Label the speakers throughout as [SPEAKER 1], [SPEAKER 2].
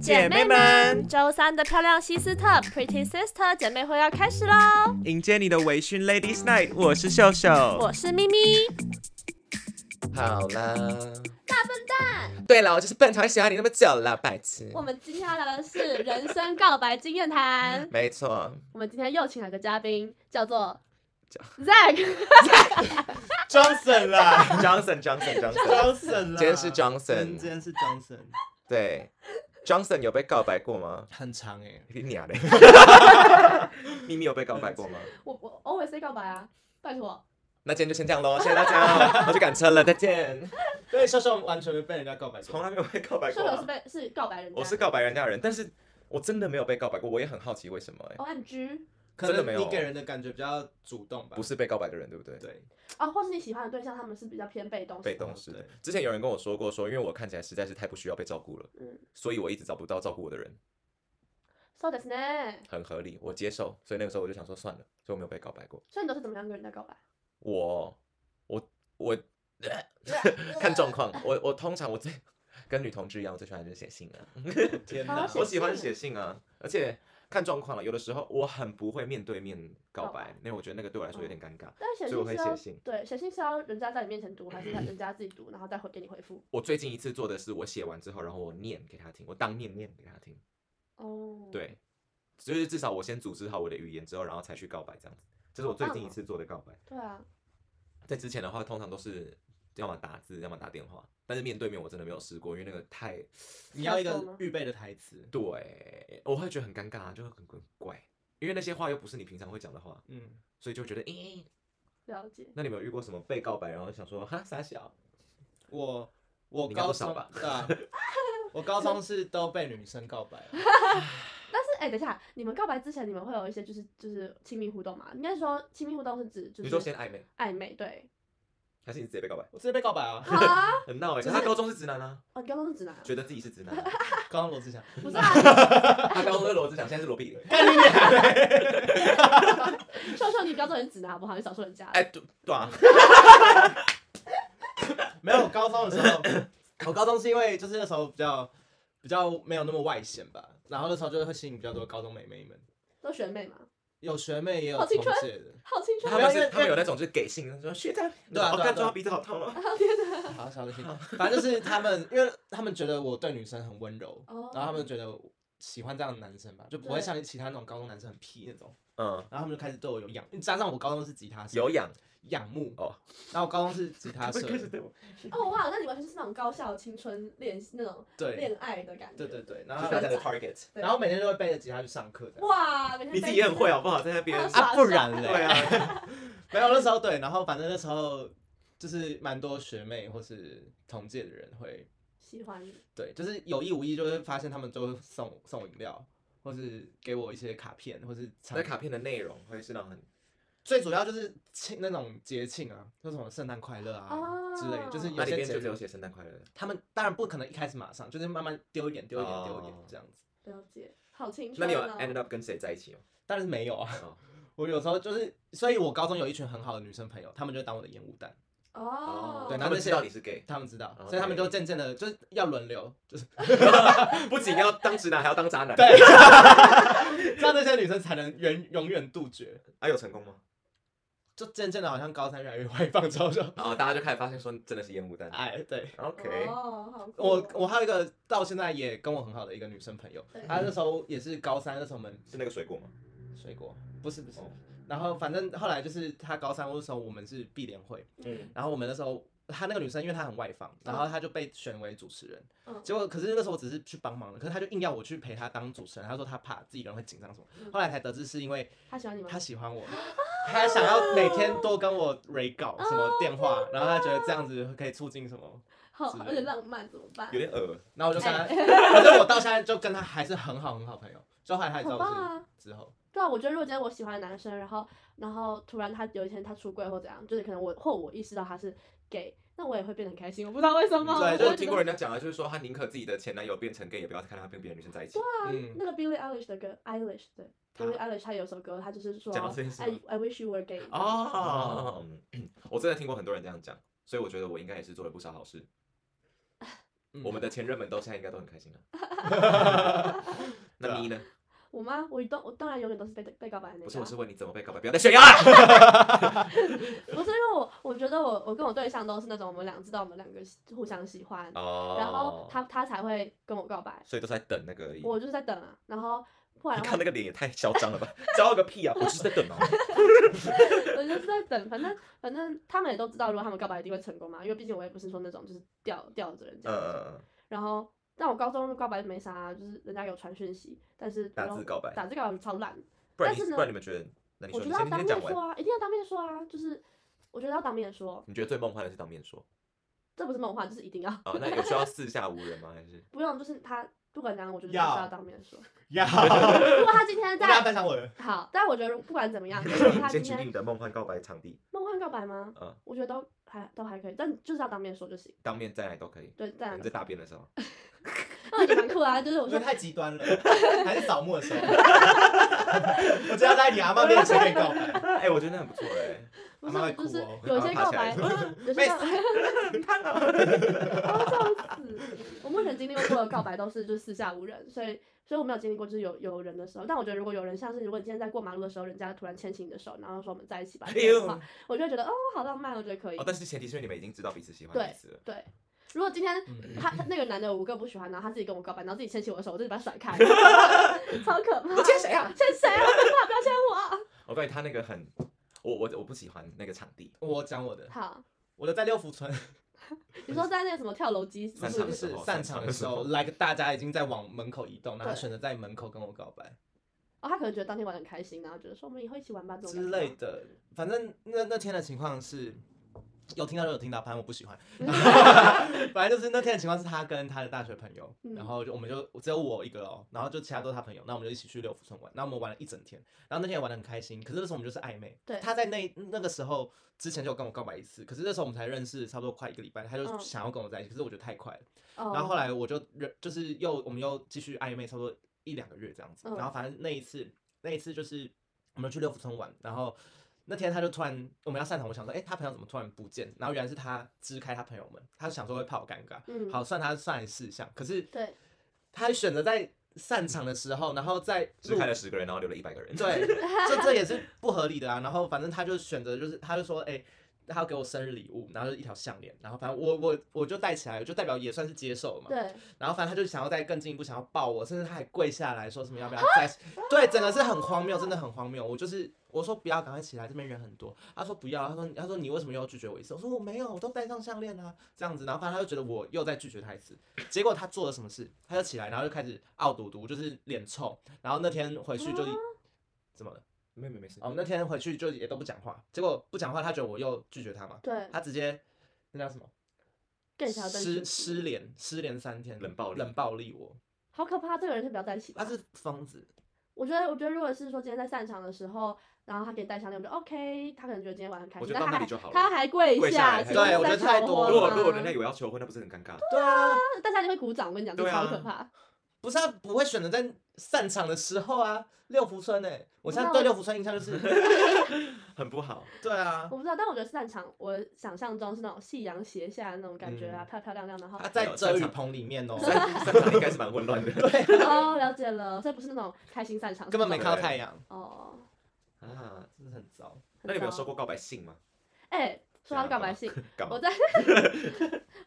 [SPEAKER 1] 姐妹们，
[SPEAKER 2] 周三的漂亮西斯特 Pretty Sister 姐妹会要开始喽！
[SPEAKER 1] 迎接你的微醺 Ladies Night，我是秀秀，
[SPEAKER 2] 我是咪咪。
[SPEAKER 3] 好啦，
[SPEAKER 2] 大笨蛋，
[SPEAKER 3] 对了，我就是笨，才会喜欢你那么久了，白痴。
[SPEAKER 2] 我们今天要聊的是人生告白经验谈。
[SPEAKER 3] 没错，
[SPEAKER 2] 我们今天又请来个嘉宾，叫做
[SPEAKER 3] 叫
[SPEAKER 2] Zack。
[SPEAKER 4] Johnson 啦
[SPEAKER 3] Johnson Johnson Johnson，
[SPEAKER 4] ，Johnson 啦，
[SPEAKER 3] 今天是
[SPEAKER 4] 嗯
[SPEAKER 3] Johnson，
[SPEAKER 4] 今天是 Johnson，
[SPEAKER 3] 对，Johnson 有被告白过吗？
[SPEAKER 4] 很长哎，
[SPEAKER 3] 你娘 嘞！咪咪有被告白过吗？
[SPEAKER 2] 我我 always 告白啊，拜托。
[SPEAKER 3] 那今天就先这样喽，谢谢大家，我去赶车了，再见。
[SPEAKER 4] 对，笑笑完全没被人家告白
[SPEAKER 3] 从
[SPEAKER 4] 过，
[SPEAKER 3] 来没有被告白
[SPEAKER 2] 射
[SPEAKER 3] 过
[SPEAKER 2] 手是
[SPEAKER 3] 啊，
[SPEAKER 2] 被是告白人家，
[SPEAKER 3] 我是告白人家的人，但是我真的没有被告白过，我也很好奇为什么哎、
[SPEAKER 2] O M 哦 G
[SPEAKER 4] 可
[SPEAKER 3] 真的没
[SPEAKER 4] 能
[SPEAKER 3] 有
[SPEAKER 4] 你给人的感觉比较主动吧？
[SPEAKER 3] 不，是被告白的人对不对？
[SPEAKER 4] 对，
[SPEAKER 2] 啊，或是你喜欢的对象，他们是比较偏被动型的，
[SPEAKER 3] 被动式的
[SPEAKER 4] 对。
[SPEAKER 3] 之前有人跟我说过说因为我看起来实在是太不需要被照顾了，
[SPEAKER 2] 嗯
[SPEAKER 3] 所以我一直找不到照顾我的人。
[SPEAKER 2] ，so that's ne。
[SPEAKER 3] 很合理，我接受。所以那个时候我就想说算了，所以我没有被告白过。
[SPEAKER 2] 所以你都是怎么样跟人家告白？
[SPEAKER 3] 我我我看状况，我我通常我最跟女同志一样，我最喜欢就是写信啊，
[SPEAKER 4] 天
[SPEAKER 2] 好
[SPEAKER 4] 哪，
[SPEAKER 2] 写
[SPEAKER 3] 我
[SPEAKER 4] 我
[SPEAKER 3] 喜欢
[SPEAKER 2] 信
[SPEAKER 3] 写信啊，而且看状况了。有的时候我很不会面对面告
[SPEAKER 2] 告
[SPEAKER 3] 白
[SPEAKER 2] 白，嗯
[SPEAKER 3] 因为我觉得那个对我来说有点尴尬。
[SPEAKER 2] 但是写
[SPEAKER 3] 所以
[SPEAKER 2] 信
[SPEAKER 3] 我会
[SPEAKER 2] 是要
[SPEAKER 3] 写信
[SPEAKER 2] 对写信是要人家在你面前读，还是人家自己读，然后再回给你回复？
[SPEAKER 3] 我最近一次做的是，我写完之后，然后我念给他听，我当面念给他听。
[SPEAKER 2] 哦，，
[SPEAKER 3] 对，就是至少我先组织好我的语言之后，然后才去告白这样子。这是我最
[SPEAKER 2] 好棒
[SPEAKER 3] 近
[SPEAKER 2] 哦
[SPEAKER 3] 一次做的告白。
[SPEAKER 2] 对啊，
[SPEAKER 3] 在之前的话，通常都是要么打字，要么打电话。但是面对面我真的没有试过，因为那个太
[SPEAKER 4] 你要一
[SPEAKER 2] 要说吗
[SPEAKER 4] 个预备的台词，
[SPEAKER 3] 对，我会觉得很尴尬，啊就很很怪，因为那些话又不是你平常会讲的话，
[SPEAKER 4] 嗯，
[SPEAKER 3] 所以就觉得，咦、
[SPEAKER 2] 了解。
[SPEAKER 3] 那你们有遇过什么被告白，然后想说哈傻小？
[SPEAKER 4] 我我
[SPEAKER 3] 你应该
[SPEAKER 4] 高
[SPEAKER 3] 不少
[SPEAKER 4] 中
[SPEAKER 3] 吧
[SPEAKER 4] 对啊，我高中是都被女生告白啊，
[SPEAKER 2] 但是哎、等一下，你们告白之前，你们会有一些就是就是亲密互动嘛？应该说亲密互动是指就
[SPEAKER 3] 你说
[SPEAKER 2] 是
[SPEAKER 3] 先暧昧，
[SPEAKER 2] 暧昧， 对。
[SPEAKER 3] 还是你直接被告白？
[SPEAKER 4] 我直接被告白啊，
[SPEAKER 2] 啊，
[SPEAKER 3] 很闹哎、可是他高中是直男啊，
[SPEAKER 2] 哦，你高中是直男啊？
[SPEAKER 3] 觉得自己是直男啊、
[SPEAKER 4] 高中罗志祥，
[SPEAKER 2] 不是啊，
[SPEAKER 3] 他高中是罗志祥，现在是罗碧玲。
[SPEAKER 2] 秀秀，你高中也是直男好不好？你少说人家。
[SPEAKER 3] 哎、对对 啊，
[SPEAKER 4] 没有，我高中的时 候，我高中是因为就是那时候比较比较没有那么外显吧，然后那时候就会吸引比较多高中美眉们，
[SPEAKER 2] 都学妹嘛，
[SPEAKER 4] 有学妹也有
[SPEAKER 2] 好青
[SPEAKER 4] 同
[SPEAKER 2] 春
[SPEAKER 4] 届的，
[SPEAKER 2] 好青春
[SPEAKER 3] 他
[SPEAKER 4] 没。
[SPEAKER 3] 们
[SPEAKER 4] 因为
[SPEAKER 3] 是他们有那种就是给信，说学长，
[SPEAKER 4] 对啊
[SPEAKER 3] 我
[SPEAKER 4] 对啊
[SPEAKER 3] 看
[SPEAKER 4] 对
[SPEAKER 3] 中
[SPEAKER 4] 啊
[SPEAKER 3] 他鼻子好痛哦。
[SPEAKER 4] 好小心，反正就是他们，因为他们觉得我对女生很温柔，
[SPEAKER 2] 哦
[SPEAKER 4] 然后他们觉得我喜欢这样的男生吧，就不会
[SPEAKER 2] 对
[SPEAKER 4] 像其他那种高中男生很屁那种，
[SPEAKER 3] 嗯，
[SPEAKER 4] 然后他们就开始对我有仰，加上我高中是吉他社，
[SPEAKER 3] 有痒
[SPEAKER 4] 仰慕，
[SPEAKER 3] 哦，
[SPEAKER 4] 然后我高中是吉他
[SPEAKER 3] 他
[SPEAKER 4] 社
[SPEAKER 3] 是，开始对我，
[SPEAKER 2] 哦哇，那你完全是那种高校青春恋那种
[SPEAKER 4] 对
[SPEAKER 2] 恋爱的感觉。
[SPEAKER 4] 对对对，然
[SPEAKER 3] 然
[SPEAKER 4] 后
[SPEAKER 3] 后
[SPEAKER 4] 他
[SPEAKER 3] 大家
[SPEAKER 4] 们
[SPEAKER 3] 的 target，
[SPEAKER 4] 然后每天都会背着吉他去上课的，
[SPEAKER 2] 哇，每天
[SPEAKER 3] 你自己也很会好不好？在那边
[SPEAKER 2] 啊
[SPEAKER 4] 啊，不然嘞，
[SPEAKER 3] 对啊。
[SPEAKER 4] 没有那时候对，然后反正那时候就是蛮多学妹或是同届的人会，
[SPEAKER 2] 喜欢你，
[SPEAKER 4] 对，就是有意无意就会发现他们就会送送饮料，或是给我一些卡片，或是唱
[SPEAKER 3] 那卡片的内容会是让很
[SPEAKER 4] 最主要就是庆那种节庆啊，就什么圣诞快乐啊、
[SPEAKER 2] 哦
[SPEAKER 4] 之类的，就是
[SPEAKER 3] 那
[SPEAKER 4] 有
[SPEAKER 3] 里
[SPEAKER 4] 些
[SPEAKER 3] 面
[SPEAKER 4] 节
[SPEAKER 3] 就只有
[SPEAKER 4] 日，
[SPEAKER 3] 写圣诞快乐。
[SPEAKER 4] 他们当然不可能一开始马上，就是慢慢丢一点、丢一点、
[SPEAKER 3] 哦
[SPEAKER 4] 丢一点这样子。
[SPEAKER 2] 了解，好青
[SPEAKER 3] 那
[SPEAKER 2] 春
[SPEAKER 3] 你有
[SPEAKER 2] 哦。
[SPEAKER 3] ended up 跟谁在一起吗？
[SPEAKER 4] 但是没有啊，
[SPEAKER 3] 哦
[SPEAKER 4] 我有时候就是，所以我高中有一群很好的女生朋友，她们就当我的烟雾弹，
[SPEAKER 2] 哦，
[SPEAKER 4] 对
[SPEAKER 3] 他
[SPEAKER 4] 那
[SPEAKER 3] 们
[SPEAKER 4] 些
[SPEAKER 3] 知道你是 gay，
[SPEAKER 4] 她们知道，
[SPEAKER 3] 哦 OK
[SPEAKER 4] 所以她们就渐渐的，就是要 轮流，就是
[SPEAKER 3] 不仅要当直男，还要当渣男。
[SPEAKER 4] 对，让这些女生才能永永远杜绝。
[SPEAKER 3] 啊，有成功吗？
[SPEAKER 4] 就渐渐的，好像高三越来越外放之后就，
[SPEAKER 3] 然后哦大家就开始发现说，真的是烟雾弹。
[SPEAKER 4] 哎，对，
[SPEAKER 3] OK，
[SPEAKER 2] 哦，好酷
[SPEAKER 4] 我
[SPEAKER 2] 哦
[SPEAKER 4] 我还有一个到现在也跟我很好的一个女生朋友
[SPEAKER 2] 对，
[SPEAKER 4] 她那时候也是高三，那时候我们
[SPEAKER 3] 是那个水果吗？
[SPEAKER 4] 水果不是不是
[SPEAKER 3] 哦，
[SPEAKER 4] 然后反正后来就是她高三那时候我们是必联会，
[SPEAKER 3] 嗯，
[SPEAKER 4] 然后我们那时候她那个女生因为她很外放，然后她就被选为主持人，
[SPEAKER 2] 嗯
[SPEAKER 4] 结果可是那时候我只是去帮忙的，可是她就硬要我去陪她当主持人，她说她怕自己一个人会紧张什么
[SPEAKER 2] 嗯，
[SPEAKER 4] 后来才得知是因为
[SPEAKER 2] 他喜欢你吗
[SPEAKER 4] 她？喜 欢我，她想要每天多跟我 re 稿什么电
[SPEAKER 2] 哦
[SPEAKER 4] 话，然后她觉得这样子可以促进什么，
[SPEAKER 2] 好，
[SPEAKER 4] 之类
[SPEAKER 2] 有点浪漫，怎么办
[SPEAKER 3] 有？点恶。
[SPEAKER 4] 然后我就跟她， 反正我到现在就跟她还是很好很好朋友，就后来她也知道
[SPEAKER 2] 好棒
[SPEAKER 4] 我
[SPEAKER 2] 啊
[SPEAKER 4] 是之后。
[SPEAKER 2] 对啊，我觉得如果今天我喜欢的男生，然后然后突然他有一天他出柜或怎样，就是可能我或我意识到他是 gay，那我也会变得很开心。我不知道为什么，
[SPEAKER 4] 对
[SPEAKER 2] 哦 我会
[SPEAKER 4] 就
[SPEAKER 3] 我
[SPEAKER 2] 觉
[SPEAKER 3] 听
[SPEAKER 2] 得
[SPEAKER 3] 过人家讲啊，嗯就是说他宁可自己的前男友变成 gay，也不要看他跟别的女生在一起。
[SPEAKER 4] 嗯，
[SPEAKER 2] 那个 Billie Eilish 的歌，Eilish 对
[SPEAKER 3] 他
[SPEAKER 2] ，Billie Eilish 她有首歌，她就是说
[SPEAKER 3] 讲到这件事哦
[SPEAKER 2] I I wish you were gay。
[SPEAKER 3] 哦，嗯我真的听过很多人这样讲，所以我觉得我应该也是做了不少好事。我们的前任们都现在应该都很开心了。
[SPEAKER 4] 对
[SPEAKER 3] 那
[SPEAKER 4] 啊
[SPEAKER 3] 你呢？
[SPEAKER 2] 我吗？我当我当然永远都是被被告白的那个啊。
[SPEAKER 3] 不是，我是问你怎么被告白，不要再炫耀了。
[SPEAKER 2] 不是因为我我觉得我我跟我对象都是那种我们俩知道我们两个互相喜欢，
[SPEAKER 3] 哦，
[SPEAKER 2] 然后，他他才会跟我告白，
[SPEAKER 3] 所以都是在等那个而已。
[SPEAKER 2] 我就是在等啊，然后后来
[SPEAKER 3] 你
[SPEAKER 2] 的话
[SPEAKER 3] 看那个脸也太嚣张 了吧，骄傲个屁啊！我就是在等啊。
[SPEAKER 2] 我就是在等，反正反正他们也都知道，如果他们告白一定会成功嘛，因为毕竟我也不是说那种就是吊吊着人家那
[SPEAKER 3] 嗯
[SPEAKER 2] 种。
[SPEAKER 3] 嗯嗯，
[SPEAKER 2] 然后，但我高中告白没啥、啊，就是人家有传讯息，但是
[SPEAKER 3] 打
[SPEAKER 2] 然后
[SPEAKER 3] 字告白
[SPEAKER 2] 打字告白超烂。
[SPEAKER 3] 不然
[SPEAKER 2] 但
[SPEAKER 3] 你
[SPEAKER 2] 是呢
[SPEAKER 3] 不然你们觉得？那你
[SPEAKER 2] 我觉得
[SPEAKER 3] 说你
[SPEAKER 2] 要
[SPEAKER 3] 先
[SPEAKER 2] 当
[SPEAKER 3] 先
[SPEAKER 2] 面
[SPEAKER 3] 讲
[SPEAKER 2] 说
[SPEAKER 3] 完。
[SPEAKER 2] 啊，一定要当面说啊，就是我觉得要当面说，
[SPEAKER 3] 你觉得最梦幻的是当面说
[SPEAKER 2] 这不是梦话，就是一定要。
[SPEAKER 3] 啊？那有需要四下无人吗？还是
[SPEAKER 2] 不用，就是他不管怎样，我觉得就是
[SPEAKER 4] 要
[SPEAKER 2] 要当面说。
[SPEAKER 4] 呀，
[SPEAKER 2] 如果他今天
[SPEAKER 4] 我大家
[SPEAKER 2] 在
[SPEAKER 4] 分享我的，
[SPEAKER 2] 好，但我觉得不管怎么 样，如果 他今
[SPEAKER 3] 先决定你
[SPEAKER 2] 天
[SPEAKER 3] 的梦幻告白场 地？
[SPEAKER 2] 梦幻告白吗？
[SPEAKER 3] 嗯，
[SPEAKER 2] 我觉得都还都还可以，但就是要当面说就行。
[SPEAKER 3] 当面在哪里都可以。
[SPEAKER 2] 对，这样
[SPEAKER 3] 你 在大便的时候，
[SPEAKER 2] 那就蛮酷啦、就是
[SPEAKER 4] 我
[SPEAKER 2] 我
[SPEAKER 4] 觉
[SPEAKER 2] 说
[SPEAKER 4] 得太极端了，还是扫墓的时候，我只要在你阿妈面前可以告白，
[SPEAKER 3] 哎，我觉得那很不错哎。
[SPEAKER 2] 不
[SPEAKER 4] 阿妈
[SPEAKER 2] 是，
[SPEAKER 4] 会
[SPEAKER 2] 就
[SPEAKER 4] 哭
[SPEAKER 2] 是
[SPEAKER 4] 哦
[SPEAKER 2] 有些
[SPEAKER 3] 阿妈爬
[SPEAKER 2] 告
[SPEAKER 3] 起来
[SPEAKER 2] 白，嗯 有
[SPEAKER 4] 没
[SPEAKER 2] 些告白，
[SPEAKER 3] 你看 啊，
[SPEAKER 2] 我目前经历过的告白都是就是四下无人，所以所以我没有经历过就是有有人的时候。但我觉得如果有人像是如果你今天在过马路的时候，人家突然牵起你的手，然后说我们在一起吧，
[SPEAKER 3] 哎
[SPEAKER 2] 这样
[SPEAKER 3] 呦
[SPEAKER 2] 的话，我就会觉得哦好浪漫，我觉得可以
[SPEAKER 3] 哦，。但是前提是因为你们已经知道彼此喜欢彼此了。
[SPEAKER 2] 对，如果今天
[SPEAKER 4] 嗯
[SPEAKER 2] 他他那个男的我根本不喜欢，然后他自己跟我告白，然后自己牵起我的手，我就把他甩 开，超可怕。
[SPEAKER 3] 你牵谁啊？
[SPEAKER 2] 牵谁啊？不要牵我。啊
[SPEAKER 3] 我告诉你，他那个很，我我我不喜欢那个场地，
[SPEAKER 2] 嗯
[SPEAKER 4] 我讲我的，
[SPEAKER 2] 好，
[SPEAKER 4] 我的在六福村，
[SPEAKER 2] 你说在那个什么跳楼机是
[SPEAKER 3] 散
[SPEAKER 2] 不
[SPEAKER 3] 场
[SPEAKER 2] 是
[SPEAKER 3] 的
[SPEAKER 4] 就
[SPEAKER 3] 时
[SPEAKER 4] 是
[SPEAKER 3] 候
[SPEAKER 4] 散场的时
[SPEAKER 3] 散
[SPEAKER 4] 候
[SPEAKER 3] 场的时候
[SPEAKER 4] ，like 大家已经在往门口移动，然后
[SPEAKER 2] 对
[SPEAKER 4] 选择在门口跟我告白
[SPEAKER 2] 哦，他可能觉得当天玩的很开心，然后觉得说我们以后一起玩吧，这种
[SPEAKER 4] 之
[SPEAKER 2] 感觉
[SPEAKER 4] 类的。反正那那天的情况是，有听到就有听到，反正我不喜 欢。反正就是那天的情况是他跟他的大学朋友，
[SPEAKER 2] 嗯
[SPEAKER 4] 然后就我们就只有我一个哦，然后就其他都是他朋友，那我们就一起去六福村玩，那我们玩了一整天，然后那天也玩的很开心，可是那时候我们就是暧昧，
[SPEAKER 2] 对
[SPEAKER 4] 他在那那个时候之前就有跟我告白一次，可是那时候我们才认识差不多快一个礼拜，他就
[SPEAKER 2] 嗯
[SPEAKER 4] 想要跟我在一起，可是我觉得太快了，
[SPEAKER 2] 哦
[SPEAKER 4] 然后后来我就忍就是又我们又继续暧昧，差不多一两个月这样子。
[SPEAKER 2] 嗯
[SPEAKER 4] 然后反正那一次，那一次就是我们去六福村玩，然后那天他就突然我们要散场，我想说，哎、他朋友怎么突然不见？然后原来是他支开他朋友们，他想说会怕我尴尬，
[SPEAKER 2] 嗯
[SPEAKER 4] 好算他算事项。可是
[SPEAKER 2] 对，
[SPEAKER 4] 他选择在散场的时候，然 后在
[SPEAKER 3] 只
[SPEAKER 4] 路
[SPEAKER 3] 开了十个人，然后留了一百个人。
[SPEAKER 4] 对，这这 也是不合理的啊。然后反正他就选择就是，他就说，哎、他要给我生日礼物，然后就一条项链，然后反正我我我就戴起来，就代表也算是接受了嘛。
[SPEAKER 2] 对，
[SPEAKER 4] 然后反正他就想要再更进一步，想要抱我，甚至他还跪下来说什么要不要 再，对，整个是很荒谬，真的很荒谬。我就是我说不要，赶快起来，这边人很多。他说不要，他说他说你为什么又拒绝我一次？我说我没有，我都戴上项链啊，这样子。然后反正他就觉得我又在拒绝他一次。结果他做了什么事？他就起来，然后就开始傲嘟嘟，就是脸臭。然后那天回去就
[SPEAKER 2] 啊
[SPEAKER 4] 怎么了？
[SPEAKER 3] 没有没有没事。
[SPEAKER 4] 哦，那天回去就也都不讲话。结果不讲话，他觉得我又拒绝他嘛，
[SPEAKER 2] 对，
[SPEAKER 4] 他直接那叫什么？
[SPEAKER 2] 更想要更
[SPEAKER 4] 失
[SPEAKER 2] 幸福
[SPEAKER 4] 失联，失联三天，
[SPEAKER 3] 冷暴力
[SPEAKER 4] 冷暴力我。
[SPEAKER 2] 好可怕，这个人先不要在一起吧。
[SPEAKER 3] 啊
[SPEAKER 4] 他是疯子，
[SPEAKER 2] 我觉得，我觉得如果是说今天在散场的时候，然后他给你戴项链，我觉得 OK，他可能觉得今天玩得很开
[SPEAKER 3] 我
[SPEAKER 2] 心，
[SPEAKER 3] 觉得
[SPEAKER 2] 但
[SPEAKER 3] 到
[SPEAKER 2] 他
[SPEAKER 3] 那里
[SPEAKER 2] 还
[SPEAKER 3] 就好了。
[SPEAKER 2] 他还跪
[SPEAKER 3] 跪下来
[SPEAKER 2] 请
[SPEAKER 4] 对
[SPEAKER 2] 问
[SPEAKER 4] 我
[SPEAKER 2] 是
[SPEAKER 4] 觉
[SPEAKER 2] 在
[SPEAKER 4] 得太
[SPEAKER 2] 求
[SPEAKER 4] 多
[SPEAKER 2] 婚
[SPEAKER 4] 了
[SPEAKER 3] 如果
[SPEAKER 2] 吗
[SPEAKER 3] 如果人家以为要求婚，那不是很尴尬？
[SPEAKER 4] 对啊，
[SPEAKER 2] 大家就会鼓掌，我跟你讲，这
[SPEAKER 3] 对
[SPEAKER 2] 超
[SPEAKER 3] 啊
[SPEAKER 2] 可怕。
[SPEAKER 4] 不是他啊不会选择在散场的时候啊，六福村哎、我现在
[SPEAKER 2] 那
[SPEAKER 4] 对
[SPEAKER 2] 我
[SPEAKER 4] 六福村印象 就是，
[SPEAKER 3] 很不好。
[SPEAKER 4] 对啊
[SPEAKER 2] 我，不知道，但我觉得散场，我想象中是那种夕阳斜下的那种感觉啊，
[SPEAKER 4] 嗯
[SPEAKER 2] 漂漂亮亮，然后
[SPEAKER 4] 他在遮雨棚里面哦、啊
[SPEAKER 3] 三三场应该是蛮混乱的
[SPEAKER 2] 哦，了解了，这不是那种开心散场，
[SPEAKER 4] 根本
[SPEAKER 2] 是
[SPEAKER 4] 没
[SPEAKER 2] 那
[SPEAKER 4] 看
[SPEAKER 2] 种
[SPEAKER 4] 到太阳，
[SPEAKER 2] 哦。
[SPEAKER 3] 啊。
[SPEAKER 4] 真的很糟。
[SPEAKER 3] 那你们有收
[SPEAKER 2] 过？
[SPEAKER 3] 过告白信吗？
[SPEAKER 2] 哎，说到
[SPEAKER 3] 怎样
[SPEAKER 2] 告白信，
[SPEAKER 3] 干嘛
[SPEAKER 2] 我？在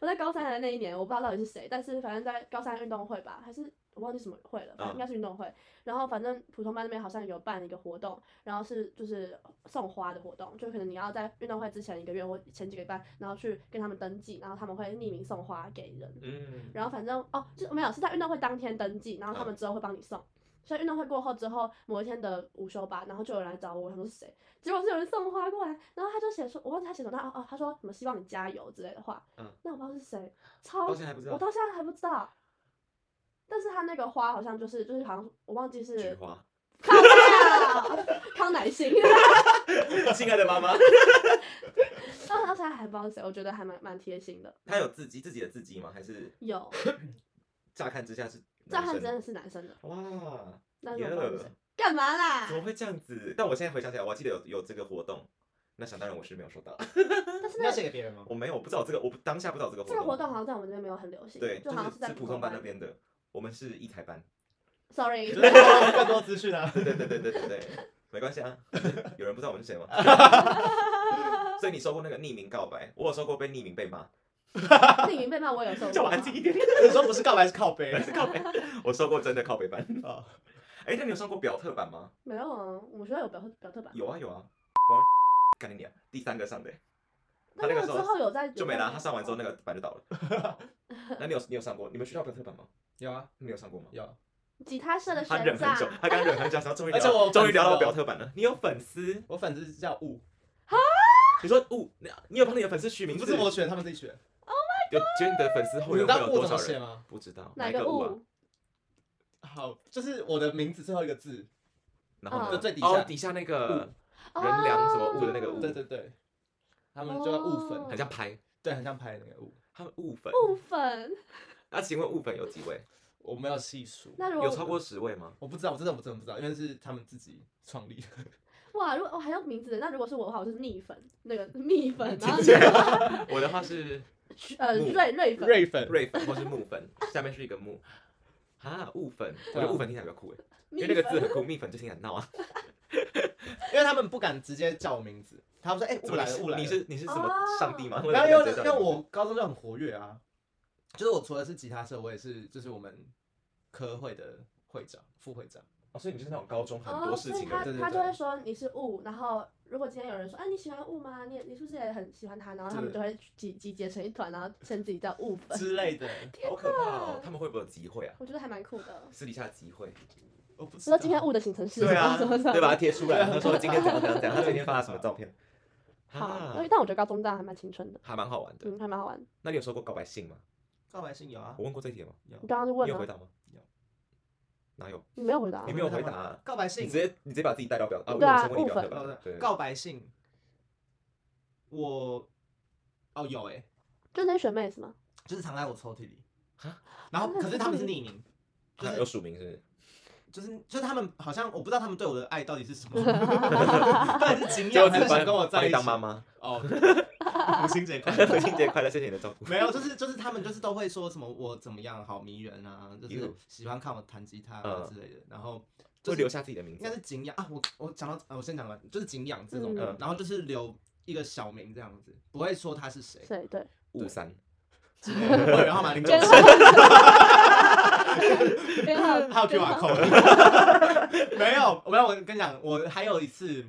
[SPEAKER 2] 我在高三的那一年，我不知道到底是谁，但是反正在高三运动会吧，还是我忘记什么会了，反正应该是运动会。然后反正普通班那边好像有办一个活动，然后是就是送花的活动，就可能你要在运动会之前一个月或前几个礼拜，然后去跟他们登记，然后他们会匿名送花给人。
[SPEAKER 3] 嗯，
[SPEAKER 2] 然后反正哦，就没有是在运动会当天登记，然后他们之后会帮你送。所以运动会过后之后，某一天的午休吧，然后就有人来找我，我想说是谁？结果是有人送花过来，然后他就写说，我忘记他写什么，他哦哦，他说什么希望你加油之类的话。
[SPEAKER 3] 嗯
[SPEAKER 2] 那我不知道是谁，超
[SPEAKER 3] 到现在还不知
[SPEAKER 2] 我
[SPEAKER 3] 道。
[SPEAKER 2] 到现在还不知道。但是他那个花好像就是就是好像我忘记
[SPEAKER 3] 菊
[SPEAKER 2] 是
[SPEAKER 3] 花，
[SPEAKER 2] 康乃 康乃馨，
[SPEAKER 3] 亲爱的妈妈，
[SPEAKER 2] 但我到现在还不知道是谁，我觉得还蛮蛮贴心的。
[SPEAKER 3] 她有自己自己的自己吗？还是
[SPEAKER 2] 有，
[SPEAKER 3] 乍看之下是
[SPEAKER 2] 这
[SPEAKER 3] 男
[SPEAKER 2] 汉
[SPEAKER 3] 生？
[SPEAKER 2] 真的是男生的，
[SPEAKER 3] 哇，
[SPEAKER 2] 那是
[SPEAKER 3] 耶
[SPEAKER 2] 我不知道是谁。干嘛啦
[SPEAKER 3] 怎？么会这样子？但我现在回想起来，我还记得有有这个活动，那想当然我是没有收到，
[SPEAKER 2] 但是
[SPEAKER 4] 你
[SPEAKER 2] 那
[SPEAKER 4] 要
[SPEAKER 2] 个
[SPEAKER 4] 写给别人 吗？
[SPEAKER 3] 我没有，我不知道这个，我不当下不知道这个活
[SPEAKER 2] 这
[SPEAKER 3] 动。
[SPEAKER 2] 个活动好像在我们这边没有很流行，
[SPEAKER 3] 对，
[SPEAKER 2] 就好像是
[SPEAKER 3] 是
[SPEAKER 2] 在
[SPEAKER 3] 普通班那边的，我们是一台班。
[SPEAKER 2] ，sorry，
[SPEAKER 4] 更多资讯啊！
[SPEAKER 3] 对对对对对对对，没关系啊，有人不知道我是谁吗？所以你收过那个匿名告白，我有收过被匿名被骂，
[SPEAKER 2] 匿名被骂我有受过，
[SPEAKER 3] 叫我安静一点。
[SPEAKER 4] 你说不是告白是靠背
[SPEAKER 3] 还是靠北，我收过真的靠北 版。
[SPEAKER 4] 哦
[SPEAKER 3] 哎，那你有上过表特版吗？
[SPEAKER 2] 没有啊，我们学校有表特表特版，
[SPEAKER 3] 有啊有 啊，王干你娘，第三个上的他
[SPEAKER 2] 但
[SPEAKER 3] 那个
[SPEAKER 2] 个
[SPEAKER 3] 时
[SPEAKER 2] 之
[SPEAKER 3] 候
[SPEAKER 2] 后有在
[SPEAKER 3] 就
[SPEAKER 4] 啊
[SPEAKER 3] 没了。他上完之后那
[SPEAKER 2] 个
[SPEAKER 3] 个版就倒了。 那你有你有上过？你们学校表特版吗？
[SPEAKER 4] 有啊
[SPEAKER 3] 你有上过吗？
[SPEAKER 4] 有，
[SPEAKER 2] 吉他社的
[SPEAKER 3] 他
[SPEAKER 2] 学
[SPEAKER 3] 忍很
[SPEAKER 2] 长
[SPEAKER 3] 久，他刚刚忍很久，然后终于聊
[SPEAKER 4] 而且我
[SPEAKER 3] 到
[SPEAKER 4] 有
[SPEAKER 3] 终于聊
[SPEAKER 4] 粉丝
[SPEAKER 3] 到
[SPEAKER 4] 哦
[SPEAKER 3] 表特版了。你有粉丝？
[SPEAKER 4] 我粉丝叫雾，
[SPEAKER 3] 你说哦，你你有帮你的粉丝取名
[SPEAKER 4] 不
[SPEAKER 3] 字？
[SPEAKER 4] 是我选，他们自己选。
[SPEAKER 3] 有，觉得你的粉丝后
[SPEAKER 4] 你
[SPEAKER 3] 援
[SPEAKER 4] 知
[SPEAKER 3] 会
[SPEAKER 4] 道
[SPEAKER 3] 有
[SPEAKER 4] 雾
[SPEAKER 3] 多
[SPEAKER 4] 怎
[SPEAKER 3] 少
[SPEAKER 4] 么写
[SPEAKER 3] 人？
[SPEAKER 4] 吗？
[SPEAKER 3] 不知道
[SPEAKER 2] 哪
[SPEAKER 3] 个
[SPEAKER 2] 个
[SPEAKER 3] 物啊？
[SPEAKER 2] 物？
[SPEAKER 4] 好，就是我的名字最后一个字，
[SPEAKER 3] 然后
[SPEAKER 4] 就
[SPEAKER 3] 呢？
[SPEAKER 4] 最底
[SPEAKER 3] 哦，
[SPEAKER 4] 下。
[SPEAKER 3] 底下那个啊人
[SPEAKER 2] 哦
[SPEAKER 3] 梁什么物的那个物
[SPEAKER 4] 对对对，他们就叫雾粉，
[SPEAKER 2] 哦
[SPEAKER 3] 很像拍，
[SPEAKER 4] 对，很像拍的那个雾。
[SPEAKER 3] 他们物粉。
[SPEAKER 2] 部分。
[SPEAKER 3] 那请问物粉有几位？
[SPEAKER 4] 我没有细数，
[SPEAKER 2] 那如
[SPEAKER 3] 有超
[SPEAKER 2] 果
[SPEAKER 3] 过十位吗？
[SPEAKER 4] 我不知道，我真的我真的不知道，因为是他们自己创立。
[SPEAKER 2] 哇，如果我哦还要名字的，那如果是我的话，我就是蜜粉，那 个蜜粉，然后
[SPEAKER 3] 我的话是
[SPEAKER 2] 呃
[SPEAKER 3] 木
[SPEAKER 2] 瑞瑞粉，
[SPEAKER 4] 瑞 粉，
[SPEAKER 3] 瑞粉或是木粉，下面是一个木。啊，雾粉，我
[SPEAKER 4] 对啊
[SPEAKER 3] 觉得雾粉听起来比较酷哎，因
[SPEAKER 2] 蜜
[SPEAKER 3] 为那个
[SPEAKER 2] 粉
[SPEAKER 3] 字很酷，蜜粉就听起来很闹啊。
[SPEAKER 4] 因为他们不敢直接叫我名字，他们说：“哎，
[SPEAKER 3] 怎
[SPEAKER 4] 雾
[SPEAKER 3] 么
[SPEAKER 4] 来
[SPEAKER 3] 你
[SPEAKER 4] 了，
[SPEAKER 3] 是
[SPEAKER 4] 雾来了。”
[SPEAKER 3] 你是你是什么
[SPEAKER 2] 哦
[SPEAKER 3] 上帝吗？
[SPEAKER 4] 然后因为
[SPEAKER 3] 直接
[SPEAKER 4] 因
[SPEAKER 3] 叫
[SPEAKER 4] 为
[SPEAKER 3] 你名字
[SPEAKER 4] 我高中就很活跃啊，就是我除了是吉他社，我也是就是我们科会的会长、副会长。
[SPEAKER 3] 哦，所以你就是那种高中很
[SPEAKER 2] 哦，
[SPEAKER 3] 多事
[SPEAKER 2] 所以
[SPEAKER 3] 情的啊
[SPEAKER 2] 他
[SPEAKER 3] 人。
[SPEAKER 4] 对对
[SPEAKER 2] 他就
[SPEAKER 4] 对
[SPEAKER 2] 会说你是雾，然后如果今天有人说，哎、你喜欢雾吗？你也你是不是也很喜欢他？然后他们就会集集结成一团，然后称自己叫雾粉。
[SPEAKER 4] 之类的，
[SPEAKER 3] 好可怕哦！他们会不会有集会啊？
[SPEAKER 2] 我觉得还蛮酷的。
[SPEAKER 3] 私底下集会？
[SPEAKER 4] 我不知
[SPEAKER 2] 说
[SPEAKER 4] 道。
[SPEAKER 2] 今天雾的行程是
[SPEAKER 3] 对啊，
[SPEAKER 2] 什么什么
[SPEAKER 3] 对？把它贴出来。他说今天怎样怎样怎样，他
[SPEAKER 4] 对
[SPEAKER 3] 今天发了什么照片？
[SPEAKER 2] 好，
[SPEAKER 3] 啊
[SPEAKER 2] 所以，但我觉得高中这样还蛮青春的，
[SPEAKER 3] 还蛮好玩的。
[SPEAKER 2] 嗯，还蛮好玩。
[SPEAKER 3] 那你有收过告白信吗？
[SPEAKER 4] 告白信有啊
[SPEAKER 3] 我，问过这一题吗？
[SPEAKER 2] 你刚刚就问啊
[SPEAKER 3] 你有回
[SPEAKER 2] 了，
[SPEAKER 3] 答吗？
[SPEAKER 4] 有。
[SPEAKER 3] 哪有？
[SPEAKER 2] 你没有回答
[SPEAKER 3] 你。没有回
[SPEAKER 4] 我
[SPEAKER 3] 答
[SPEAKER 4] 吗
[SPEAKER 3] 啊
[SPEAKER 4] 告白
[SPEAKER 3] 你
[SPEAKER 4] 信
[SPEAKER 3] 直，接你直接把自己带到表啊？
[SPEAKER 2] 对啊
[SPEAKER 3] 我先问你
[SPEAKER 2] 雾
[SPEAKER 3] 表
[SPEAKER 2] 粉
[SPEAKER 3] 特
[SPEAKER 4] 哦
[SPEAKER 3] 版。
[SPEAKER 4] 对
[SPEAKER 3] 对，
[SPEAKER 4] 告白信，我哦有哎，
[SPEAKER 2] 就那学妹是吗？
[SPEAKER 4] 就是藏在我抽屉里
[SPEAKER 2] 啊
[SPEAKER 3] 哈。
[SPEAKER 4] 然后可是他们是匿名，就
[SPEAKER 3] 啊有
[SPEAKER 4] 是
[SPEAKER 3] 署名是不是？
[SPEAKER 4] 就是就是他们好像我不知道他们对我的爱到底是什么，到底 是敬仰还
[SPEAKER 3] 只
[SPEAKER 4] 是想跟我在一起？
[SPEAKER 3] 当妈妈。
[SPEAKER 4] 哦，母亲节 快乐，
[SPEAKER 3] 父亲节快乐，谢谢你的照顾。
[SPEAKER 4] 没有，就是就是他们就是都会说什么我怎么样好迷人啊，就
[SPEAKER 3] You
[SPEAKER 4] 是喜欢看我弹吉他啊
[SPEAKER 3] 嗯
[SPEAKER 4] 之类的，然后就
[SPEAKER 3] 会
[SPEAKER 4] 是
[SPEAKER 3] 留下自己的名
[SPEAKER 4] 应该
[SPEAKER 3] 字。
[SPEAKER 4] 是景仰啊，我我讲到啊，我先讲完，就是景仰这种，
[SPEAKER 3] 嗯
[SPEAKER 4] 然后就是留一个小名这样子，不会说他是谁，
[SPEAKER 2] 谁？对，
[SPEAKER 3] 雾三，
[SPEAKER 4] 会员号码零九
[SPEAKER 2] 编
[SPEAKER 4] 七
[SPEAKER 2] 号， 编号，
[SPEAKER 4] 还有 QR
[SPEAKER 2] 编号
[SPEAKER 4] code，没 有，没有，我跟你讲，我还有一次，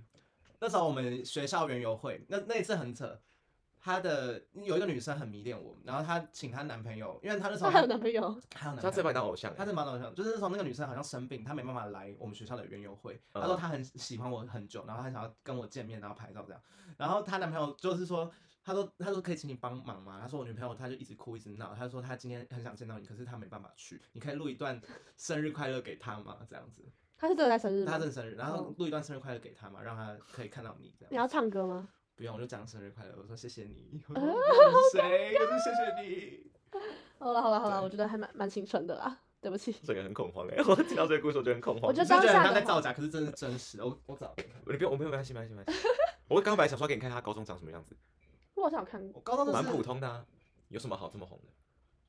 [SPEAKER 4] 那时候我们学校园游会，那那一次很扯。她的有一个女生很迷恋我，然后她请她男朋友，因为她那时
[SPEAKER 2] 她
[SPEAKER 4] 候
[SPEAKER 2] 还有男朋友，
[SPEAKER 4] 还有男朋
[SPEAKER 3] 他
[SPEAKER 4] 友，
[SPEAKER 3] 真把你当偶像欸。
[SPEAKER 4] 他是蛮搞笑，就是从那个女生好像生病，她没办法来我们学校的园游会。
[SPEAKER 3] 嗯
[SPEAKER 4] 她说她很喜欢我很久，然后她想要跟我见面，然后拍照这样。然后她男朋友就是说，她说她说可以请你帮忙吗？她说我女朋友她就一直哭一直闹，她说她今天很想见到你，可是她没办法去，你可以录一段生日快乐给她吗？这样子，
[SPEAKER 2] 她是真的在生日
[SPEAKER 4] 她
[SPEAKER 2] 吗？
[SPEAKER 4] 的生日，然后录一段生日快乐给她嘛，让她可以看到你这
[SPEAKER 2] 你
[SPEAKER 4] 样。
[SPEAKER 2] 要唱歌吗？
[SPEAKER 4] 不用，我就讲生日快乐，我说谢谢 你，我说我是谁？我是谢谢你。
[SPEAKER 2] 好了好了好了，
[SPEAKER 4] 对
[SPEAKER 2] 我觉得还蛮蛮青春的啦，对不起。
[SPEAKER 3] 这个很恐慌哎， 我听到这个故事我觉得很恐慌。
[SPEAKER 2] 我觉
[SPEAKER 4] 就
[SPEAKER 2] 得
[SPEAKER 4] 是
[SPEAKER 2] 当
[SPEAKER 4] 觉得
[SPEAKER 2] 下
[SPEAKER 4] 她在
[SPEAKER 2] 的
[SPEAKER 4] 造假，可是真的是真实的。我我找给你看。
[SPEAKER 3] 你不用，我没有没关系，没关系，没关系。我刚刚本来想说给你看他高中长什么样子，
[SPEAKER 2] 我好像有看过。
[SPEAKER 4] 我高中就
[SPEAKER 3] 蛮
[SPEAKER 4] 是
[SPEAKER 3] 普通的啊，有什么好这么红的？